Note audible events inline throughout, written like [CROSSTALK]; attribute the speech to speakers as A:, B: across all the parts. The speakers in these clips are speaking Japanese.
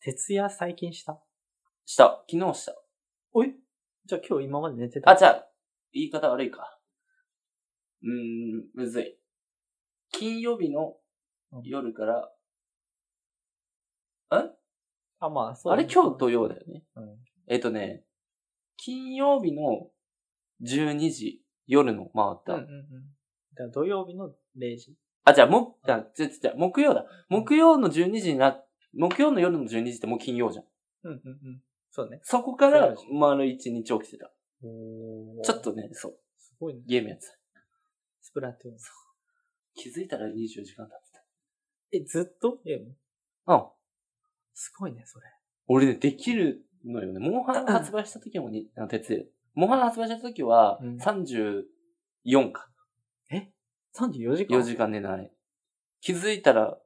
A: 徹夜最近した
B: した。昨日した。
A: おいじゃあ今日今まで寝てた
B: あ、じゃあ、言い方悪いか。うーん、むずい。金曜日の夜から、
A: あ、まあ、そう
B: あ
A: だね、
B: れ今日土曜だよね。
A: うん
B: えっとね、金曜日の12時、夜の回った。
A: うんうんうん。じゃあ土曜日の0時。
B: あ、じゃあ、も、じゃあ、じゃあじゃあ木曜だ。木曜の12時にな、木曜の夜の12時ってもう金曜じゃん。
A: うんうんうん。そうね。
B: そこから
A: そう
B: 丸一日起きてた。
A: お
B: ちょっ。とね、そう、
A: すごいね。
B: ゲームやってた。
A: スプラトゥーン。
B: 気づいたら24時間経って
A: え、ずっとゲーム
B: た。うん。
A: すごいね、それ。
B: 俺ね、できるのよね。モンハン発売した時もに、あの、鉄で。モンハン発売した時は
A: うん、
B: 34か。
A: 34時間
B: 4時間寝ない。気づいたら、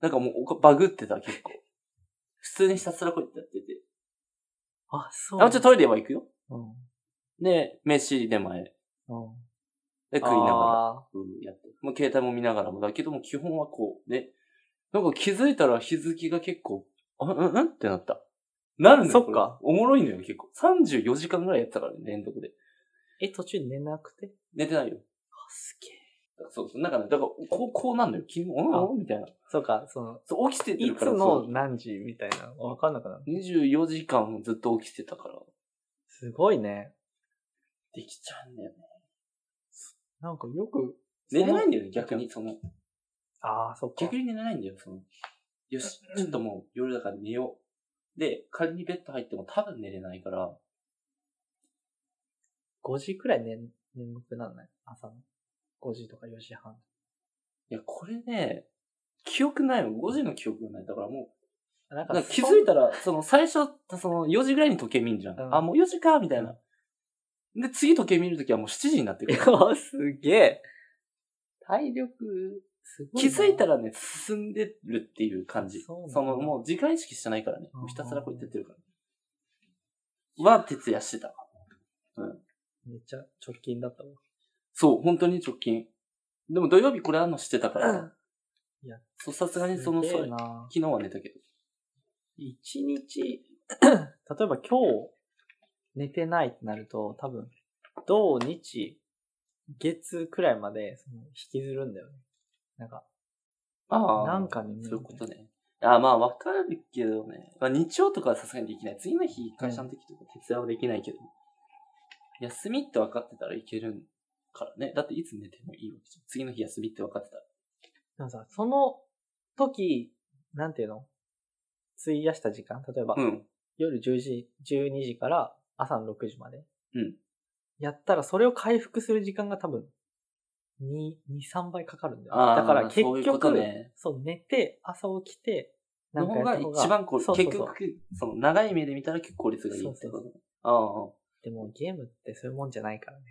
B: なんかもうおか、バグってた、結構。普通にひたすらこうやってやってて。
A: あ、そう。
B: あ、ちょ、トイレは行くよ。
A: うん。うん。
B: で、飯で前。で、食いながら。
A: あ
B: うんやってる。もう携帯も見ながらも、だけども基本はこう。で、なんか気づいたら日付が結構、あ、うん、うんってなった。なるのよ。
A: そっ
B: これ
A: か。
B: おもろいのよ、結構。34時間ぐらいやってたからね、連続で。
A: ーえ、途中寝なくて
B: 寝てないよ。
A: あ、すげえ。
B: そうそう。なんかね、だから、こう、こうなんだよ。昨日、
A: あ
B: うんみたいな。
A: そうか、その、
B: そう、起きてて
A: い
B: るか
A: つ
B: ら。
A: の
B: そう
A: 何時みたいなのわかんなくなる。
B: 24時間ずっと起きてたから。
A: すごいね。
B: できちゃうんだよね。
A: なんかよく、
B: 寝れ
A: そ
B: ない
A: の
B: んだよね、逆に。その、
A: ああ、そっか。
B: 逆に寝れないんだよ、その。よし、ちょっともう夜だから寝よう。で、仮にベッド入っても多分寝れないから。
A: 5時くらい、ね、眠くなんない朝の。5時とか4時半。
B: いや、これね、記憶ないの。5時の記憶がない。だからも
A: あなん
B: う、なんか気
A: そ
B: づいたら、その最初、その4時ぐらいに時計見んじゃん。
A: うん
B: あ、もう4時か、みたいな。で、次時計見るときはもう7時になって
A: [LAUGHS] い
B: る
A: や
B: から。、
A: すげえ。
B: 体力、
A: すごい
B: 気
A: な
B: づいたらね、進んでるっていう感じ。
A: そうなん
B: そ
A: だ
B: の、もう時間意識してないからね。
A: うん
B: もうひたすらこうやってやってるから。は、徹夜してた。
A: めっちゃ直近だったわ。
B: そう、本当に直近。でも土曜日これあんのしてたから。
A: うんいや
B: そう、さすがにその、
A: す
B: そ
A: げ
B: う
A: えな
B: 昨日は寝たけど。
A: 一日、 [CLEARS THROAT] 例えば今日、寝てないってなると、多分、土日、月くらいまで、その、引きずるんだよね。なんか、
B: ああ。
A: なんかね、
B: そういうことね。あまあ、わかるけどね。まあ、日曜とかはさすがにできない。次の日、会社の時とか徹夜はできないけど。休みって分かってたらいけるからね。だっていつ寝てもいいわけじゃん。次の日休みって分かってたら。
A: でもさ、その時、なんていうの費やした時間例えば、
B: うん。
A: 夜10時、12時から朝の6時まで。
B: うん
A: やったら、それを回復する時間が多分、2、2、3倍かかるんだよね、
B: あー
A: だから結
B: そういうこ
A: 局、
B: とね
A: そう寝て、朝起きて、
B: の方が
A: やった
B: 一番こう、
A: そうそうそう
B: 結局、その長い目で見たら結構効率がいいってことね。ああ。
A: でもゲームってそういうもんじゃないからね。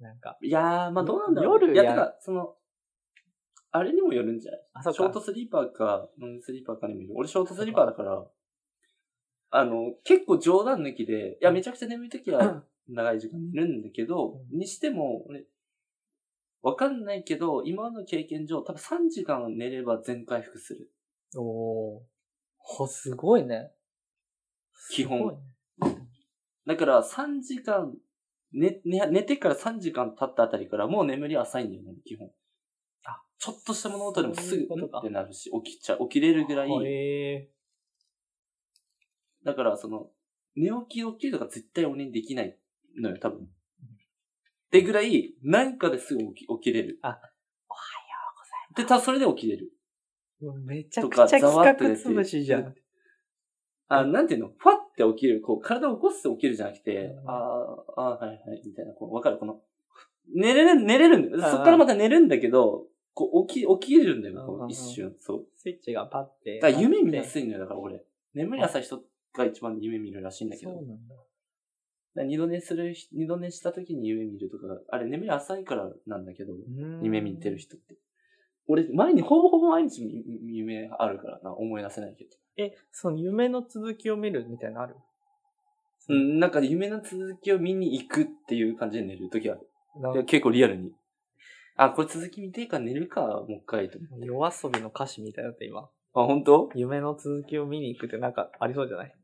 A: なんか、
B: いやー、まあどうなんだろう。
A: 夜
B: いや、
A: や
B: てか、その、あれにもよるんじゃない
A: あ、そう
B: ショー
A: か
B: ト。スリーパーか、ノンスリーパーかにもよる。俺ショートスリーパーだから、あの、結構冗談抜きで、いや、めちゃくちゃ眠い時は長い時間寝るんだけど、
A: う
B: にしても、俺、わかんないけど、今の経験上、多分3時間寝れば全回復する。
A: おおー。ほ、すごいね。
B: 基本
A: すごいね
B: だから、3時間、寝、寝、寝てから3時間経ったあたりから、もう眠り浅いんだよね、基本。
A: あ、
B: ちょっとした物音でもす
A: そうい
B: ぐ、
A: うことか
B: うんってなるし、起きちゃう、起きれるぐらい、
A: へえ
B: だから、その、寝起き起きるとか絶対俺にできないのよ、多分。ってぐらい、なんかですぐ起き起きれる。
A: あ、おはよ
B: うございます。で、た、それで起きれる。
A: めちゃ
B: と
A: く
B: か、
A: ちゃ
B: ざわっ
A: 企
B: と
A: 画
B: 出て
A: つぶしじゃん。。
B: あ、なんていうのファって起きる。こう、体を起こして起きるじゃなくて
A: う、ん
B: あーあー、はいはい、みたいな。こう、わかるこの、寝れる、寝れるんだ
A: あ
B: よ。
A: ー
B: そっからまた寝るんだけど、こう、起き、起きるんだよ、
A: うんうん
B: こ
A: う
B: うん一瞬。そう。
A: スイッチがパッて。
B: だから夢見や
A: い
B: すいんだよ、だから俺。眠り浅い人が一番夢見るらしいんだけ
A: そ
B: ど
A: う。なんだ。
B: だから二度寝する人、二度寝した時に夢見るとか、あれ眠り浅いからなんだけど、夢見てる
A: 人。
B: 人って。俺、前に、ほぼほぼ毎日みみ夢あるからな、思い出せないけど。
A: え、その夢の続きを見るみたいなのある
B: うん、なんか夢の続きを見に行くっていう感じで寝る時ある。
A: なん
B: い
A: か
B: や結構リアルに。あ、これ続き見ていいから寝るか、もう一回と思って。
A: 夜遊びの歌詞みたいだった今。
B: あ、本当？
A: 夢の続きを見に行くってなんかありそうじゃない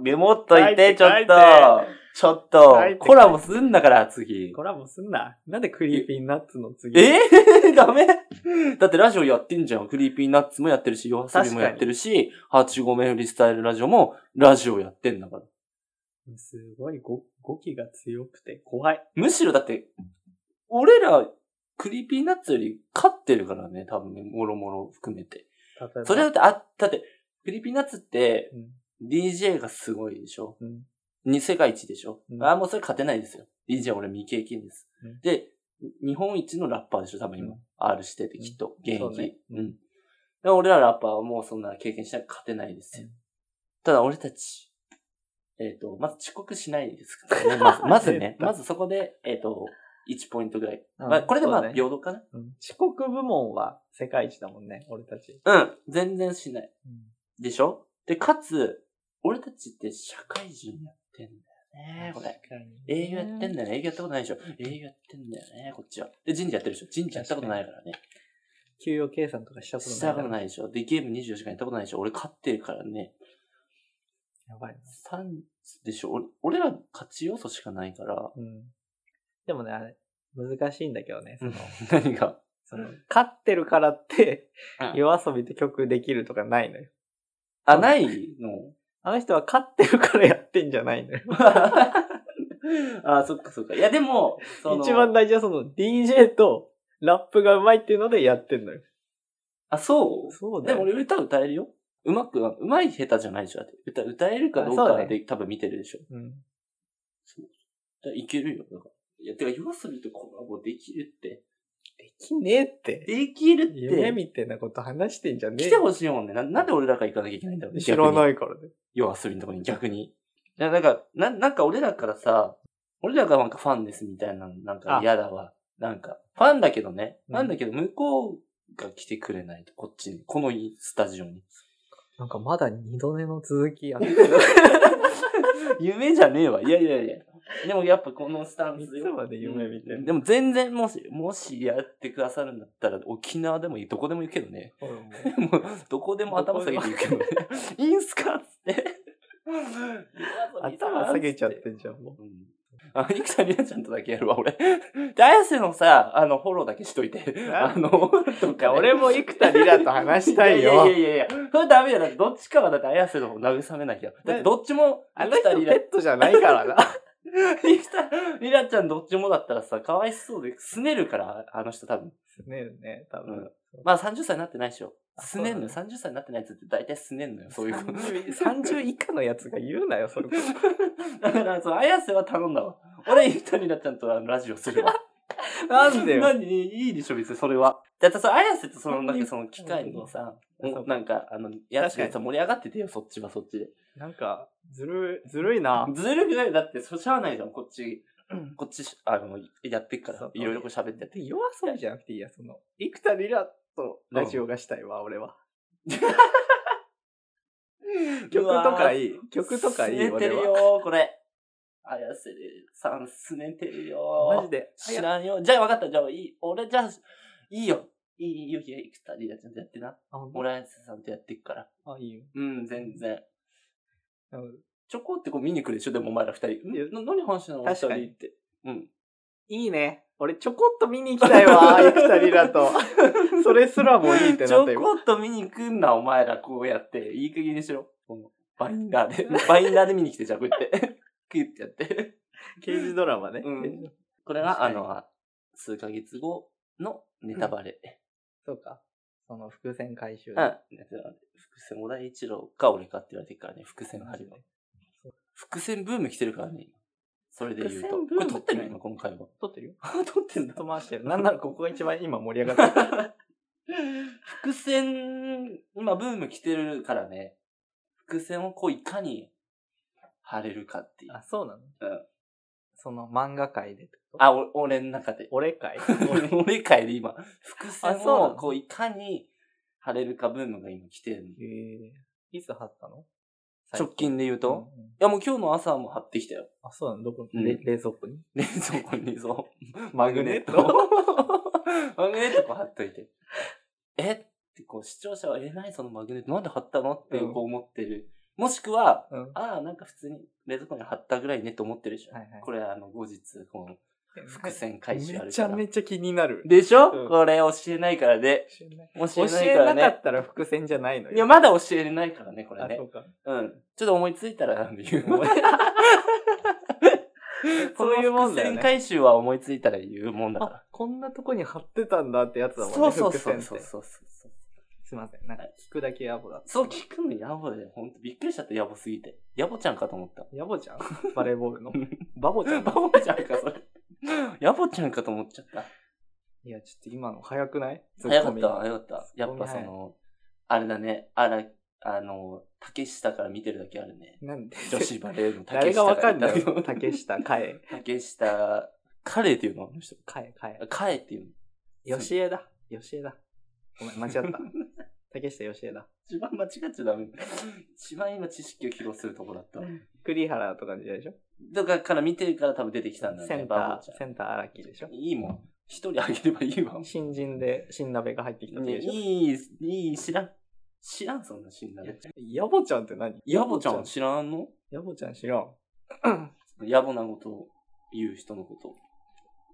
B: メモっとい
A: 書い
B: て、
A: て
B: ちょっと
A: 書。
B: ちょっと
A: 書いて。
B: コラボすんだから、次。
A: コラボすんな。なんでクリーピーナッツの次
B: え [LAUGHS] ダメだってラジオやってんじゃん。クリーピーナッツもやってるし、夜遊びもやってるし、八五目フリースタイルラジオもラジオやってんだから。
A: すごい語語気が強くて怖い。
B: むしろだって、俺ら、クリーピーナッツより勝ってるからね、多分ね、もろもろ含めて。
A: 例えば。
B: それだって、あ、だって、クリーピーナッツって
A: うん、
B: DJ がすごいでしょ
A: うん。
B: に世界一でしょ、
A: うん
B: ああ、もうそれ勝てないですよ。DJ 俺未経験です。
A: うん
B: で、日本一のラッパーでしょ多分今。
A: うん
B: R しててきっと。現
A: そう
B: 役
A: ね。
B: うん。でも俺らラッパーはもうそんな経験しなく勝てないですよ。
A: うん
B: ただ俺たち、えっ、と、まず遅刻しないですからね。ま
A: [LAUGHS]
B: ずまずね
A: 絶。対
B: まずそこで、えっ、と、1ポイントぐらい。
A: うん
B: まあ、これで
A: そ
B: ま
A: う
B: あ、
A: ね
B: 平等かな
A: うん遅刻部門は世界一だもんね、俺たち。
B: うん。全然しない。
A: うん
B: でしょで、かつ、俺たちって社会人やってんだよね、これ。
A: 確かに
B: 営業やってんだよね。営業やったことないでしょ。営業やってんだよね、こっちは。で、神社やってるでしょ。神社やったことないからね。
A: 給与計算とかしたことない。
B: したことないでしょ。で、ゲーム24時間やったことないでしょ。俺勝ってるからね。
A: やばいな。
B: 3でしょ。俺俺ら勝ち要素しかないから。 [LAUGHS]
A: うん。でもね、あれ、難しいんだけどね。その、
B: 何が。
A: その勝ってるからって、
B: うん
A: 夜遊びって曲できるとかないのよ。
B: あ、ないの [LAUGHS]
A: あの人は勝ってるからやってんじゃないのよ。
B: あ、そっかそっか。いや、でも、その、
A: 一番大事はその DJ とラップがうまいっていうのでやってんのよ。
B: あ、そう
A: そうだ
B: で
A: よ。
B: も俺歌歌えるよ。うまくは、うまい下手じゃないでしょ。だって歌、歌えるかどう
A: あそ
B: か
A: うだね
B: で、多分見てるでしょ。
A: うん。
B: だからいけるよ。だからいや、てか、夜遊びとコラボできるって。
A: できねえって。
B: できるっ
A: 夢
B: て。
A: みたいなこと話してんじゃね
B: 来てほしいもんね。ななんで俺らが行かなきゃいけないんだろう
A: え。
B: ね。。
A: 知らないいからね。
B: 夜遊びのとこに逆に。いやなんか、ななんか俺らからさ、俺らがなんかファンですみたいなのなんか
A: あ
B: 嫌だわ。なんか、ファンだけどね。
A: う
B: フ
A: ん
B: ァンだけど、向こうが来てくれないと、こっちに。このスタジオに。
A: なんかまだ二度寝の続きや
B: 夢じゃねえわ。いやいやいや。でもやっぱこのスタン
A: い
B: ス
A: つまで夢見て
B: うんん
A: の
B: でも全然、もし、もしやってくださるんだったら、沖縄でもいい、どこでも行くけどね。
A: 俺も
B: もう、どこでも頭下げていくけどね。いいんすかっつって。
A: 頭下げちゃっ。てんじゃん、もう。
B: うん。あ、ニクさん、りなちゃんとだけやるわ、俺。で、綾瀬のさ、あの、フォローだけしといて。あの、と
A: いや
B: か、
A: 俺も生田リラと話したいよ
B: いやいやいやいや、それダメだよ。だってどっちかは、だって綾瀬の方を慰めなきゃ。だってどっちも、
A: あの人
B: 生田
A: ペ
B: リラ
A: ットじゃないからな。
B: リラ、リラちゃんどっちもだったらさ、かわいそうで、すねるから、あの人多分。
A: ねえね、多
B: う
A: 分。
B: ん。まあ30歳になってないでしょ。
A: あ
B: すねんのよ。
A: そ
B: 30歳になってないやつって大体すねんの
A: [LAUGHS]
B: よ。そういうこと。
A: 30 30以下のやつが言うなよ、それ。
B: [LAUGHS] だから、そう、綾瀬は頼んだわ。俺、ゆたりなちゃんとあのラジオするわ。
A: [LAUGHS] なんでよ。
B: 何いいでしょ、別にそれは。だって、そう、綾瀬とその、なんかその機械のさ、
A: うんそう
B: なんか、あの、やつ
A: 確
B: で
A: か
B: さ、盛り上がっててよ、そっちはそっちで。
A: なんか、ずるい、ずるいな。
B: ずるくないだって、そうしゃあないじゃん、こっち
A: うん。
B: こっち、あの、やってっか
A: そ
B: ら
A: う、
B: いろいろこう喋って
A: で夜遊びじゃなくていいや、その、生田リラとラジオがしたいわ、俺は。 [LAUGHS] 曲とかいい。曲とかいい、
B: すねて
A: 俺
B: る
A: は。
B: よ、これ。綾瀬さん、すねてるよ。
A: マジで。
B: 知らんよ。じゃあ分かった。じゃあいい。俺じゃあ、いいよ。いいよ、いいよ、いくたりやちゃんとやってな。
A: あ、ほんと
B: 俺はやつさんとやってっから。
A: あ、いいよ。
B: うん、全然。
A: うん
B: ちょこってこう見に来るでしょでもお前ら二人。ん
A: いや
B: な何話なの
A: 確かに
B: 二人って。うん。
A: いいね。俺、ちょこっと見に行きたいわ、 [LAUGHS] 生田リラ
B: [LAUGHS]
A: と。それすらもいいって
B: ち
A: な
B: ょ
A: ったよ。
B: こっと見に来んな、お前らこうやって。いい加減にしろ。このバインダー
A: [LAUGHS]
B: で。バインダーで見に来て、じゃあこうやって。 [LAUGHS] クイってやって。
A: 刑事ドラマね。
B: うんこれが、あ
A: 確かに
B: の、数ヶ月後のネタバレ。
A: そうか。その伏線回収。
B: うん。ネタバレ。伏線、小田一郎か俺かって言われてるからね、伏線
A: マ
B: 張
A: ジ
B: り
A: で
B: は。伏線ブーム来てるからね。今それで言うと。
A: 伏線
B: こ
A: ブーム
B: れ撮ってる
A: って
B: 今、この会話。
A: 撮ってるよ。
B: [LAUGHS] 撮ってん
A: ず
B: だ
A: っ。と回してる。なんならここが一番今盛り上がってる。
B: [LAUGHS] 伏線、今ブーム来てるからね。伏線をこういかに貼れるかっていう。
A: あ、そうなの
B: うん
A: その漫画界でってこと。
B: あ、お俺の中で。
A: 俺界 [LAUGHS]
B: 俺俺会で今、伏線
A: あそうな
B: を
A: の
B: こういかに貼れるかブームが今来てる。
A: へえいつ貼ったの
B: 直近で言うと、い
A: うんうん
B: やもう今日の朝も貼ってきたよ。 [LAUGHS]
A: あ、そうなのどこ、
B: うん
A: れ冷蔵庫に
B: 冷蔵庫
A: [LAUGHS]
B: にそう。マグネット [LAUGHS]
A: マグネ。
B: マグネットこう貼っといて。えっってこう、視聴者は、え、何そのマグネット、なんで貼ったのってこう思ってる。もしくは、
A: うん。は
B: ああ、なんか普通に冷蔵庫に貼ったぐらいねって思ってるでしょ。
A: いはい。
B: これ、あの、後日、この、伏線回収あ
A: め
B: る
A: ち
B: か
A: ゃ
B: ら。
A: めちゃ気になる。
B: でしょ、
A: うん
B: これ教えないからね。
A: 教えない
B: 教
A: 教
B: えない
A: え
B: から
A: なか
B: ね。
A: ったら伏線じゃないのよ。
B: いや、まだ教えれないからね、これ
A: あ、
B: ね
A: そ。うか。
B: うん。ちょっと思いついたら、 [LAUGHS] あの、言う。
A: 思いそういうもんだよ
B: その伏線
A: ね。
B: 回収は思いついたら言うもんだから。
A: あ、こんなとこに貼ってたんだってやつだもんね。
B: そうそうそう
A: 伏
B: そ
A: 線
B: う
A: って
B: そうそう。
A: すいません。なんか聞くだけ野暮だった。
B: そう聞くのやぼで、ほんとびっくりしちゃった、やぼすぎて。やぼちゃんかと思った。
A: 野暮じゃん [LAUGHS] バレーボールの。バボちゃん
B: バボちゃんか、それ。やぼちゃんかと思っちゃった。
A: いや、ちょっと今の早くない
B: 早か
A: ツッコ
B: った、
A: ミ
B: 早かった。やっぱその、あれだね、あら、あの、竹下から見てるだけあるね。
A: なんで
B: 女子バレーの竹
A: 誰
B: 下
A: がわか
B: がい
A: ん
B: た
A: な
B: よ
A: いの竹
B: [LAUGHS]
A: 下、かえ、
B: 竹下、カレーっていうのあの人。
A: かえ、かえ。
B: カエっていうの。
A: 吉江だ。吉江だ。ごめん、間違
B: [LAUGHS]
A: った。竹下吉江だ。
B: 一番間違っちゃダメ。一番今知識を披露するとこだった。
A: 栗原とかじゃないでしょ
B: だからから見てるから多分出てきたんだ
A: セ
B: ね、
A: ン
B: バ
A: タ
B: ボちゃ
A: ー、センター荒木でしょ
B: ん。いいもん。一人あげればいいわ。
A: 新人で新鍋が入ってきた時
B: ね
A: でしょ、
B: いい、いい、知らん。知らん、そんな死んだね。
A: ヤボちゃんって何
B: ヤボちゃん知らんの
A: ヤボちゃん知らん。
B: 野暮なことを言う人のこと。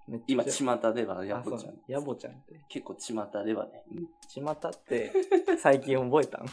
A: めっちゃ
B: 今、巷ではヤボちゃん。
A: ヤボちゃんって。
B: 結構巷ではね。
A: 巷って最近覚えたの